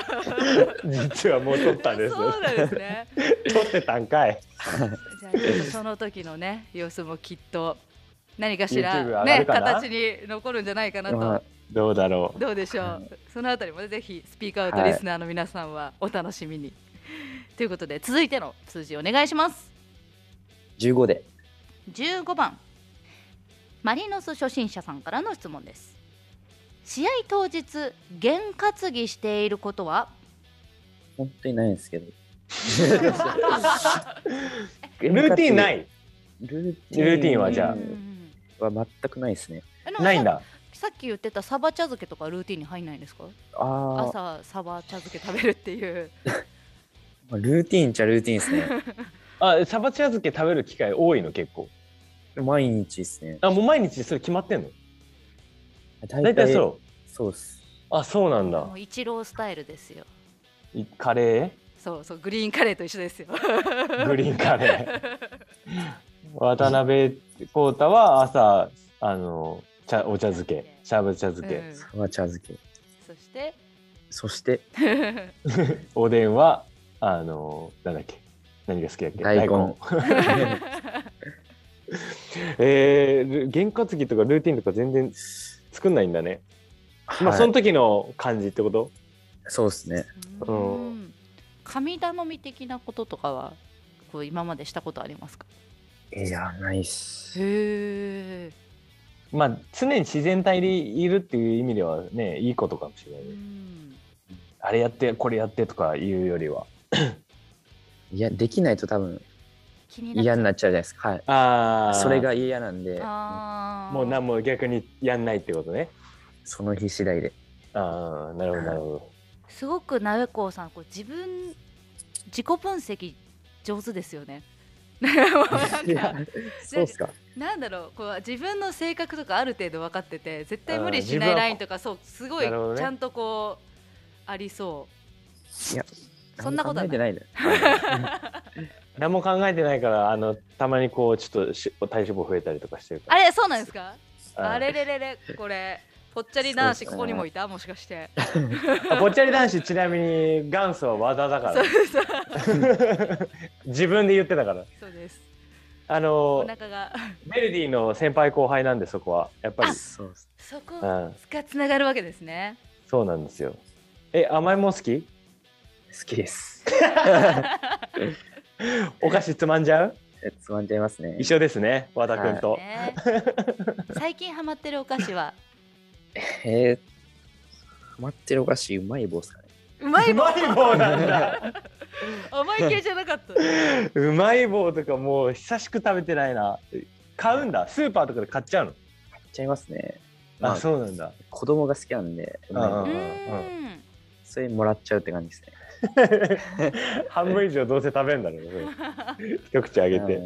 B: 実はもう取ったんです
C: そうなんですね。
B: 取ってたんかい
C: じゃあちょっとその時のね様子もきっと何かし
B: YouTube
C: ら
B: 上が
C: ね
B: るかな
C: 形に残るんじゃないかな
E: まあ
C: と
B: どうだろう
C: どうでしょう。そのあたりもねぜひスピーカーアウトリスナーの皆さんはお楽しみに。ということで続いての数字お願いします。
E: 15で。
C: 15番マリノス初心者さんからの質問です。試合当日験担ぎしていることは
E: 本当にないんですけど。。
B: ルーティンないい
E: ルーティン
B: ルーティンはじゃあ
C: うんうんうん
E: は全くないですね。
C: えか
B: ないんだ
C: さっき言ってたサバ茶漬けとかルーティンに入んないんですか
E: ああ、
C: 朝サバ茶漬け食べるっていう
E: まあルーティンっちゃルーティンですね。
B: あサバチャ漬け食べる機会多いの結構
E: 毎日ですね。
B: あもう毎日それ決まってんの
E: 大
B: 大体
E: そう。
B: そう
E: そうっす。
B: あそうなんだ
C: もうイチロースタイルですよ
B: いカレ
C: そうそうグリーンカレーと一緒ですよ
B: ーグリーンカレー渡辺浩太は朝あの茶お茶漬けシャーブ茶漬け、
C: うん
E: サバ茶漬け。
C: そして
E: そして、
B: おでんはあのなんだっけ何が好きだっけ
E: 大根。
B: えー、ル験担ぎとかルーティンとか全然作んないんだね、ま
E: は
B: あ
E: い
B: その時の感じってこと
E: そうっすね。
C: う
B: うん
C: ん神頼み的なこととかはこう今までしたことありますか
E: えじゃないっす。
C: へえ。
B: まあ常に自然体でいるっていう意味ではねいいことかもしれないうね
C: ん
B: あれやってこれやってとかいうよりはい
E: や、できないと多分
C: 気になっちゃ
E: 嫌
C: う
E: になっちゃうじゃないですか。はい。
B: あ
E: それが嫌なんで、
C: あー
B: もう何も逆にやんないってことね
E: その日次第で。
B: ああなるほどなるほど
C: すごくなべこうさんこう自分自己分析上手ですよね。
E: い や
C: な、
E: そうっすか。
C: んだろうこう自分の性格とかある程度分かってて絶対無理
B: あ
C: し
B: ー自
C: な
B: 分
C: い
B: は
C: ラインとかそうすごい
B: なるほどね
C: ちゃんとこうありそ
E: いや、
C: うそんなことは
E: 考えて
C: ない
E: ないで。
B: 何も考えてないからあのたまにこうちょっとし体脂肪増えたりとかしてるか
C: あ
B: ら
C: れそうなんですか
B: うん
C: あれれれれこれぽっちゃり男子ここにもいたもしかして
B: あぽっちゃり男子ちなみに元祖は和田だか
C: そう
B: ら
C: です
B: 自分で言ってたから
C: そ うです
B: あ
C: お
B: の
C: 腹が
B: メルディの先輩後輩なんでそこはやっぱり
E: そうっす。
C: そこ
B: うん
C: がつながるわけですね
B: そうなんですよえ甘いもん好き
E: 好きです。
B: お菓子つまんじゃう
E: えつまんじゃいますね。
B: 一緒ですね和田君と、
C: ね最近ハマってるお菓子は
E: えー、ハマってるお菓子、うまい棒っすかね。
C: うまいう棒
B: まい棒なんだ
C: 甘い系じゃなかった
B: うまい棒とかもう久しく食べてないな買うんだスーパーとかで買っちゃうの
E: 買っちゃいますね。ま
B: あ
E: あ、
B: そうなん だ
E: 子供が好きなんで、うまい棒
B: うんうん
C: うん
E: それもらっちゃうって感じですね。
B: 半分以上どうせ食べんだろうねそれ一口あげて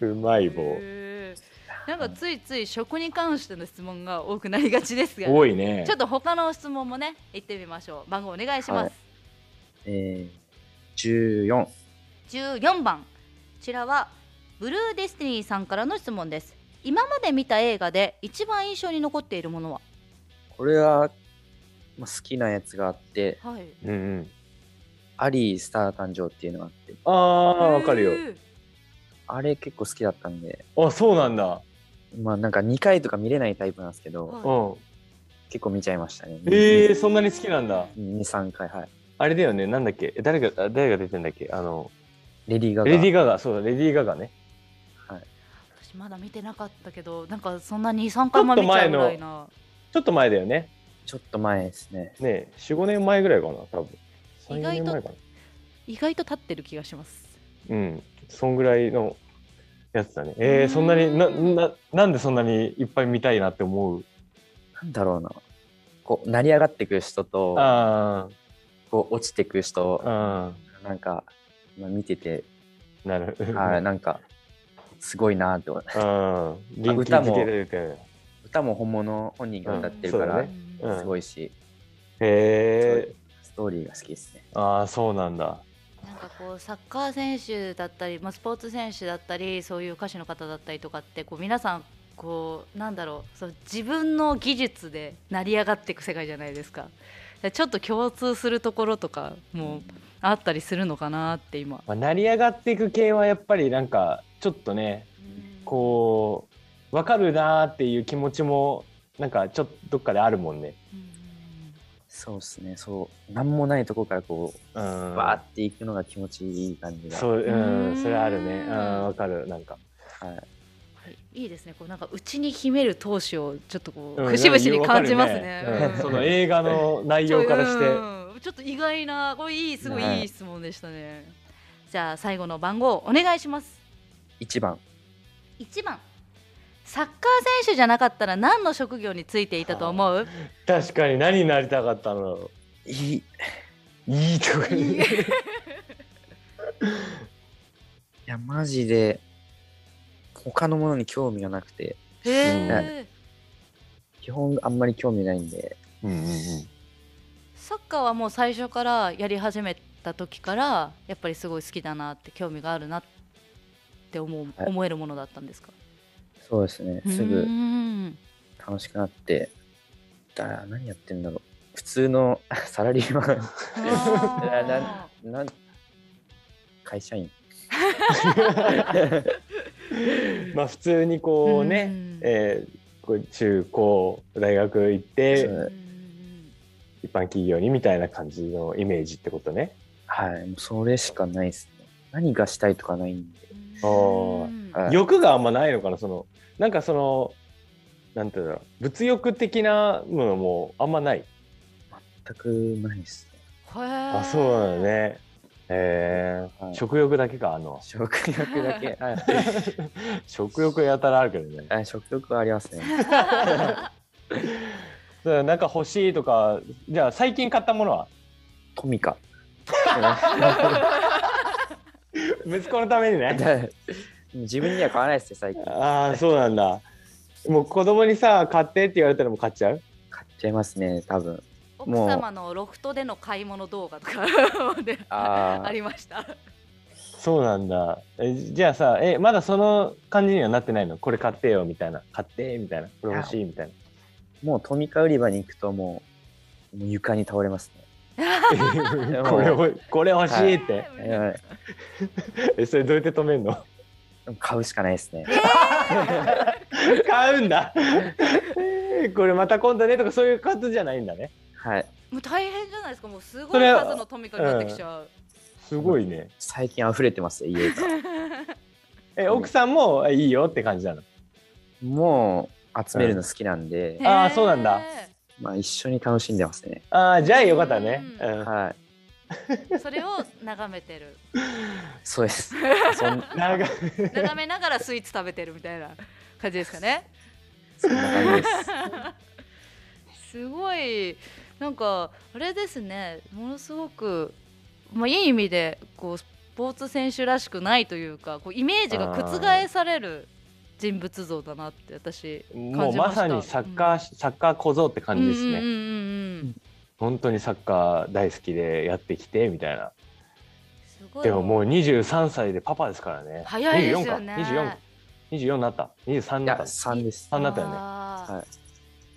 B: うまい棒
C: へーなんかついつい食に関しての質問が多くなりがちですが、
B: 多いね
C: ちょっと他の質問もね、行ってみましょう。番号お願いしま
E: は
C: す
E: い。えー、14。
C: 14番、こちらはブルーディスティニーさんからの質問です。今まで見た映画で一番印象に残っているものは、
E: これは、まあ、好きなやつがあって、
C: はい、
B: うんうん
E: アリースター誕生っていうのがあって、
B: ああわかるよ
E: あれ結構好きだったんで、
B: あそうなんだ
E: まあなんか2回とか見れないタイプなんですけど、
B: う
C: は
B: ん
E: 結構見ちゃいましたね。
B: えー、そんなに好きなんだ
E: 2、3回、はい。
B: あれだよねなんだっけえ誰があ誰が出てんだっけあの
E: レディー・ガガ。
B: レディー・ガガそうだレディー・ガガね
C: い。私まだ見てなかったけど、なんかそんなに3回も見ちゃうぐらいな。
B: ちょっと前だよね
E: ちょっと前ですね。
B: ね45年前ぐらいかな多分
C: 意
B: 34
C: 外
B: 年
C: と
B: 前かな
C: 意外と立ってる気がします。
B: うんそんぐらいのやつだねえー、そんなになななんでそんなにいっぱい見たいなって思う
E: なんだろうな。こう、成り上がってく人と、
B: あ
E: こう、落ちてく人
B: あ、あ
E: なんか、まあ見てて、
B: あなる
E: はい、
B: な
E: なんか、すごいなって思う。
B: うん元気
E: 歌も
B: づけられるから
E: 歌も本物本人が歌ってるか
B: うん
E: ら、
B: そうだね
E: すごいし、
B: へえ
E: ストーリーが好きですね。
B: ああそうなんだ
C: なんかこうサッカー選手だったり、まあ、スポーツ選手だったりそういう歌手の方だったりとかってこう皆さんこうなんだろうそう自分の技術で成り上がっていく世界じゃないですかでちょっと共通するところとかもあったりするのかなって今
B: まあ、成り上がっていく系はやっぱりなんかちょっとねこう分かるなーっていう気持ちもなんかちょっとどっかであるもんね。
C: うん
E: そうですね、そう、なんもないとこからこ
B: う
E: う、
B: ん、
E: バーっていくのが気持ちいい感じが。
B: そう、
C: う
B: うんん、それはあるね。うん、わかる、なんか。
E: はい、
C: いいですねこうなんか内に秘める闘志をちょっとこう
B: うん
C: 節々に感じますね,うん、
B: うんその映画の内容からして。
C: うんちょっと意外なこれいいすごいいい質問でしたね、じゃあ最後の番号お願いします
E: 1番、
C: 1番サッカー選手じゃなかったら何の職業についていたと思う
B: 確かに何になりたかったの。
E: いい、
B: いいとか
C: いい
B: 言う。
E: いや、マジで、他のものに興味がなくて、
C: へえ
E: 基本あんまり興味ないんで、
B: うんうんうん。
C: サッカーはもう最初からやり始めた時からやっぱりすごい好きだなって興味があるなって思う
E: はい
C: 思えるものだったんですか
E: そうですね、す
C: う
E: ぐ
C: ん
E: 楽しくなって、だ何やってんだろう。普通の サラリーマン
C: あ ー
E: ななな会社員
B: まあ、普通にこう
C: う
B: ね、
C: ん
B: えーこう中高大学行っ
E: そ
B: て
E: う
C: うん
B: 一般企業にみたいな感じのイメージってことね。
E: はいもうそれしかないですね何がしたいとかないんで
C: うん
B: おー
E: はい
B: 欲があんまないのかなそのなんかそのなんていうんだろう物欲的なものもあんまない
E: 全くないですね。
B: あ
C: あ
B: そうなんだ。ねえー
E: はい
B: 食欲だけかあんの
E: 食欲だ け。はい
B: 食欲やたらあるけどね
E: あ食欲はありますね。
B: だからなんか欲しいとかじゃあ最近買ったものは
E: ト ミカ。
B: 息子のためにね
E: 自分には買わないですね、最近。
B: ああそうなんだもう子供にさ買ってって言われたらもう買っちゃう
E: 買っちゃいますね、多分。
C: 奥
E: もう
C: 様のロフトでの買い物動画とか で
E: あー
C: ありました。
B: そうなんだえじゃあさえまだその感じにはなってないのこれ買ってよみたいな買ってみたいなこれ欲しいみたいな
E: もうトミカ売り場に行くともう、もう床に倒れますね。 や
B: これをこれ欲しいって、
E: え
B: えそれどうやって止めるの
E: ー買うしかないですね。
B: 買うんだえー これまた今度ねとかそういう感じじゃないんだね
E: はい。
C: もう大変じゃないですか。もうすご
B: そ
C: い
B: れは
C: 数のトミカになってきちゃう。
B: すごいね
E: 最近溢れてますね、家が。
B: え奥さんもえいいよって感じなの
E: もう、集めるの好きなんで、
B: んあーそうなんだ
C: へ
E: まあ一緒に楽しんでますね。
B: ああじゃあよかったね、
C: う
B: うん
E: はい。
C: ー。それを眺めてる。
E: そうです。そん
B: なんか
C: 眺めながらスイーツ食べてるみたいな感じですかね。
E: そんな感じで す。
C: すごいなんかあれですねものすごく、まあ、いい意味でこうスポーツ選手らしくないというかこうイメージが覆される人物像だなって私
B: もうまさにサッカー、サッカー小僧って感じですね、
C: うんうんうんうん
B: 本当にサッカー大好きでやってきてみたいな
C: すごい
B: でももう23歳でパパですからね
C: 早いですよね
B: 24か2424になった23に
E: い
B: なった
E: や、3です。
B: 三になったよね
C: あー
E: は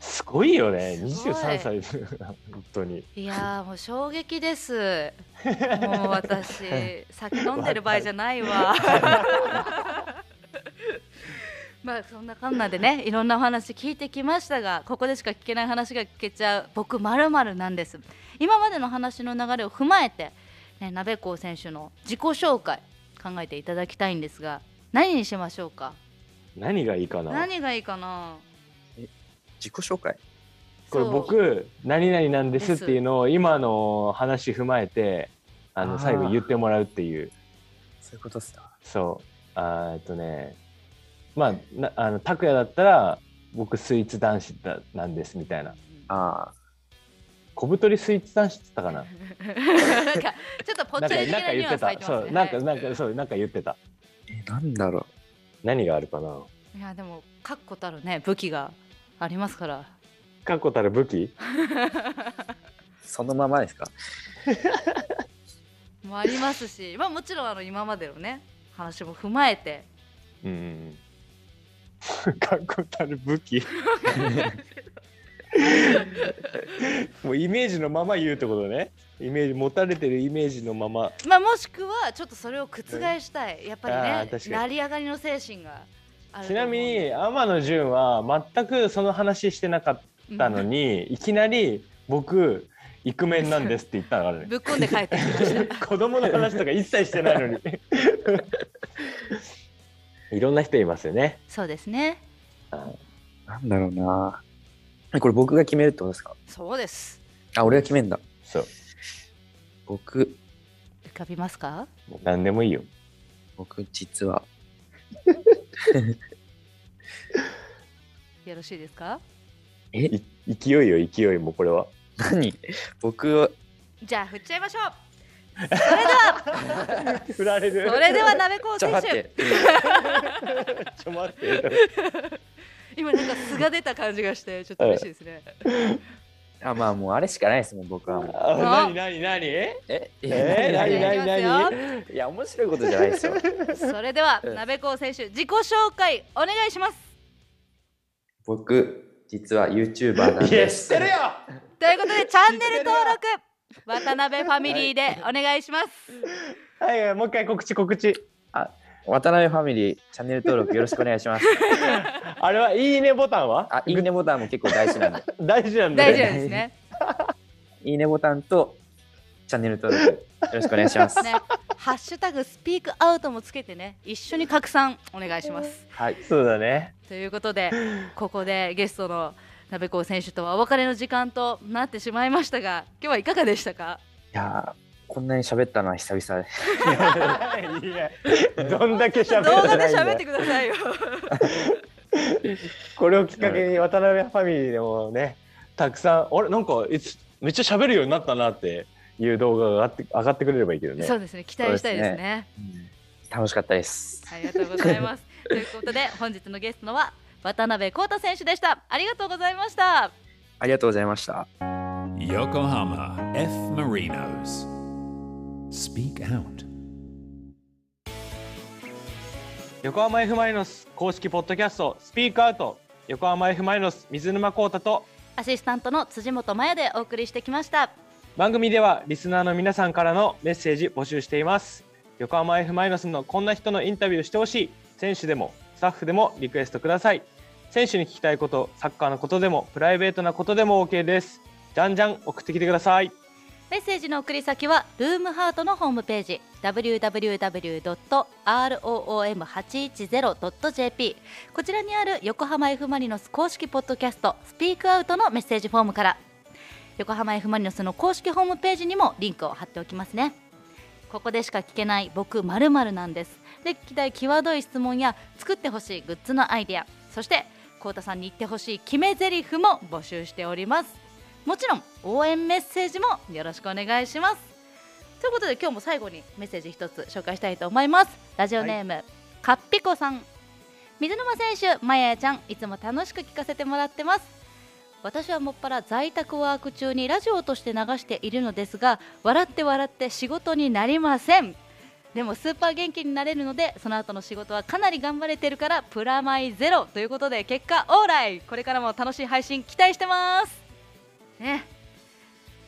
B: すごいよね
C: すごい
B: 23歳 です本当に
C: いやーもう衝 撃です。もう私酒飲んでる場合じゃない わ。まあそんなこんなでねいろんなお話聞いてきましたがここでしか聞けない話が聞けちゃう僕まるまるなんです。今までの話の流れを踏まえて、ね、鍋子選手の自己紹介考えていただきたいんですが何にしましょうか
B: 何がいいかな
C: 何がいいかな
E: 自己紹介。
B: これ
C: そう
B: 僕何々なんですっていうのを今の話踏まえてあ
E: あ
B: の
E: ー
B: 最後言ってもらうっていう
E: そういうことっすか。
B: そうあーえっとねまあなあの拓也だったら僕スイーツ男子だなんですみたいな
E: あ
B: 小太りスイーツ男子って言ったかな
C: なんかちょっとぽっ
B: なん
C: ち
B: か
C: ゃ
B: な
C: り
B: んか言っ
C: 的なニュアン
B: て
C: ス入ったてます
B: そ
C: ね。
B: うなんかなんかそうなんか言ってた
E: ーえ、なんだろ
B: 何があるかない
C: やでも確固たるね武器がありますから
B: 確固たる武器
E: う。そのままですか。
C: もありますし、まあもちろんあの今までのね話も踏まえて、
B: うん確固たる武器もうイメージのまま言うってことねイメージ持たれてるイメージのまま
C: まあもしくはちょっとそれを覆したい、やっぱ
B: あー
C: りね
B: 確かに
C: 成り上がりの精神がある
B: ち
C: と思
B: な
C: うん
B: み
C: で
B: に天野純は全くその話してなかったのに、いきなり僕イクメンなんですって言ったのがあるね
C: ぶっこんで帰ってきまし た。
B: 子供の話とか一切してないのに いろんな人いますよね
C: そうですね。
E: なんだろうな。えこれ僕が決めるってことですか
C: そうです。
E: あ、俺が決めんだ。
B: そう
E: 僕、
C: 浮かびますか？
B: 何でもいいよ
E: 僕、実は、
C: よろしいですか？
E: え、
B: い勢いよ勢いもうこれは
E: 何 僕は、
C: じゃあ振っちゃいましょう。
B: 振られる
C: それでは鍋子
E: ちょ、
C: 選
E: 待っ
C: 手、
E: て。
B: ちょ待って
C: 今なんか素が出た感じがしてちょっと嬉しいですね。
E: あ、まあ、もうあれしかないですもん、僕はもう。
B: あ何何何え
E: え、いや
B: え
C: 何
B: 何
C: 々
B: 何何
E: いや、面白いことじゃないですよ。
C: それでは
E: うん
C: 鍋子選手自己紹介お願いします。
E: 僕、実は YouTuber なん
B: いや
E: で
B: 知っ
E: す。
B: てるよ
C: とい うことでチャンネル登録渡辺ファミリーでお願いします。
B: はいはいもう一回告知告知
E: 渡辺ファミリー、チャンネル登録よろしくお願いします。
B: あれはいいねボタンは
E: あ、いいねボタンも結構大事なんで。
B: 大事なんだ
C: 大事
B: ね
C: なんですね。
E: いいねボタンと、チャンネル登録よろしくお願いします。
C: ね、ハッシュタグスピークアウトもつけてね、一緒に拡散お願いします。
E: はい。
B: そうだ ね。
C: ということで、ここでゲストの鍋子選手とはお別れの時間となってしまいましたが、今日はいかがでしたか。
E: いやーこんなに喋ったのは久々で。
B: いや、どんだけ
C: 動
B: 喋って
C: 画
B: な
C: で
B: いんだ
C: 喋っ
B: よ
C: てくださいよ。
B: これをきっ
E: か
B: か
E: け
B: けに渡辺ファミリーでもね、たくさん、あれなんかいつめっちゃ喋るようになったなっていう動画が上がって上がってくれればいいけどね。
C: そうですね、期待したいですね。
E: 楽しかったです。
C: ありがとうございます。ということで、本日のゲストのは渡辺康太選手でした。ありがとうございました。
E: ありがとうございました。
A: Yokohama F. Marinos. Speak out.
D: 横浜 F ・マリノス公式ポッドキャスト「スピークアウト」横浜 F ・マリノス水沼宏太と
C: アシスタントの辻本麻也でお送りしてきました。
D: 番組ではリスナーの皆さんからのメッセージ募集しています横浜 F ・マリノスのこんな人のインタビューしてほしい選手でもスタッフでもリクエストください選手に聞きたいことサッカーのことでもプライベートなことでも OK ですじゃんじゃん送ってきてください
C: メッセージの送り先はルームハートのホームページ www.room810.jp こちらにある横浜 F ・マリノス公式ポッドキャスト「スピークアウト」のメッセージフォームから横浜 F ・マリノスの公式ホームページにもリンクを貼っておきますねここでしか聞けない「僕まるなんですで聞きたい際どい質問や作ってほしいグッズのアイデアそして浩太さんに言ってほしい決め台詞も募集しておりますもちろん応援メッセージもよろしくお願いしますということで今日も最後にメッセージ一つ紹介したいと思いますラジオネーム、かっぴこさん水沼選手まややちゃんいつも楽しく聞かせてもらってます私はもっぱら在宅ワーク中にラジオとして流しているのですが笑って笑って仕事になりませんでもスーパー元気になれるのでその後の仕事はかなり頑張れてるからプラマイゼロということで結果オーライこれからも楽しい配信期待してますね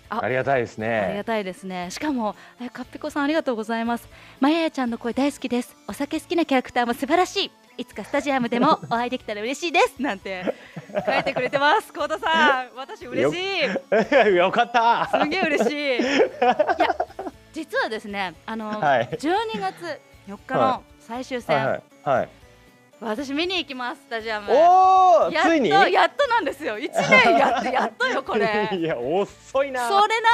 B: ありがたいです
C: ありが
B: ね。
C: たいですね。しかも、えかっぴこさんありがとうございます。まややちゃんの声大好きです。お酒好きなキャラクターも素晴らしい。いつかスタジアム でもお会いできたら嬉しいです。なんて書いてくれてます。コーさん、私嬉しい。
B: よかった。
C: すげえ嬉 しい。いや、実はですね、あの、
B: はい
C: 12月4日
B: はい
C: の最終戦、
B: はいはいはい。
C: 私見に行きます。スタジアム。
B: おお、
C: やっと
B: ついに。
C: やっとなんですよ。一年やってやっとよこ
B: い
C: れ。
B: や、遅いな。
C: それな。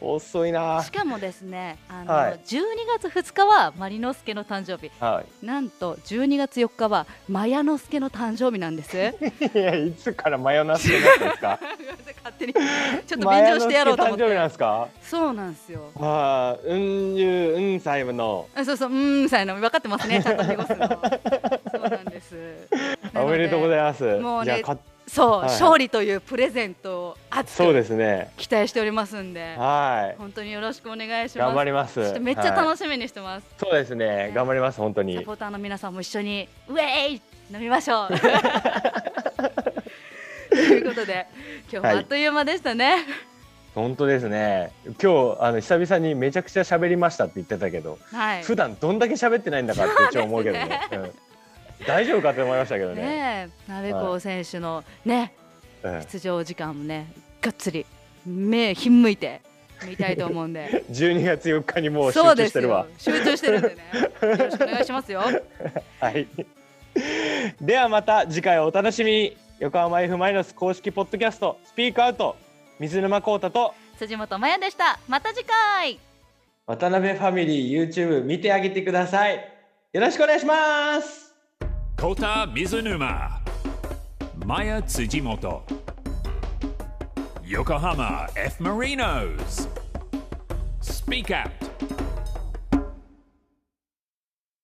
B: 遅いな
C: し。かもですね、あの、
B: はい
C: 12月2日はマリノスケの誕生日、
B: は
C: なんと12月4日はマヤノスケの誕生日な んです。
B: い。いや、いつからマヨナスケなんですか。
C: 勝手にちょっと便乗してやろうと思っ
B: マヨナスケ誕生日な
C: て。
B: んですか。
C: そうなんですよ。
B: ああ、うんゆううんさいの。
C: あそうそう、うーんさいの分かってますね。ちゃんと濁すの。そうなんです。
B: おめでとうござ
C: い
B: います。
C: もうね
B: じゃあか、
C: そう、
B: はい
C: 勝利というプレゼントを熱
B: そう
C: く
B: ですね。
C: 期待しておりますんで、
B: はい。
C: 本当によろしくお願いします。
B: 頑張ります。
C: ちょっとめっちゃ
B: はい
C: 楽しみにしてます。
B: そうですね。頑張ります。本当
C: サ
B: に
C: ポ。ーターの皆さんも一緒にウェイ飲みまし ょう。ということで今日はあっという間でしたね。
B: 本当ですね。今日、あの、久々にめちゃくちゃ喋りましたって言ってたけど。
C: はい。
B: 普段どんだけ喋ってないんだからって一応思うけどね。うん大丈夫かって思いましたけどね。
C: ねえ、鍋子選手のね
B: うん
C: 出場時間もねがっつり目ひんむいて見たいと思うんで。
B: 12月4日に もう集
C: そ
B: 中
C: うで
B: し
C: す
B: てるわ
C: よ。。集中してるんでね。よろしくお願いしますよ。
B: はい。
D: ではまた次回お楽しみに横浜 F ・マリノス公式ポッドキャスト「スピークアウト」水沼宏太と
C: 辻本麻也でした。また次回。
D: 渡辺ファミリー YouTube 見てあげてくださいよろしくお願いします
A: Kota Mizunuma. Maya Tsujimoto. Yokohama F. Marinos. Speak out.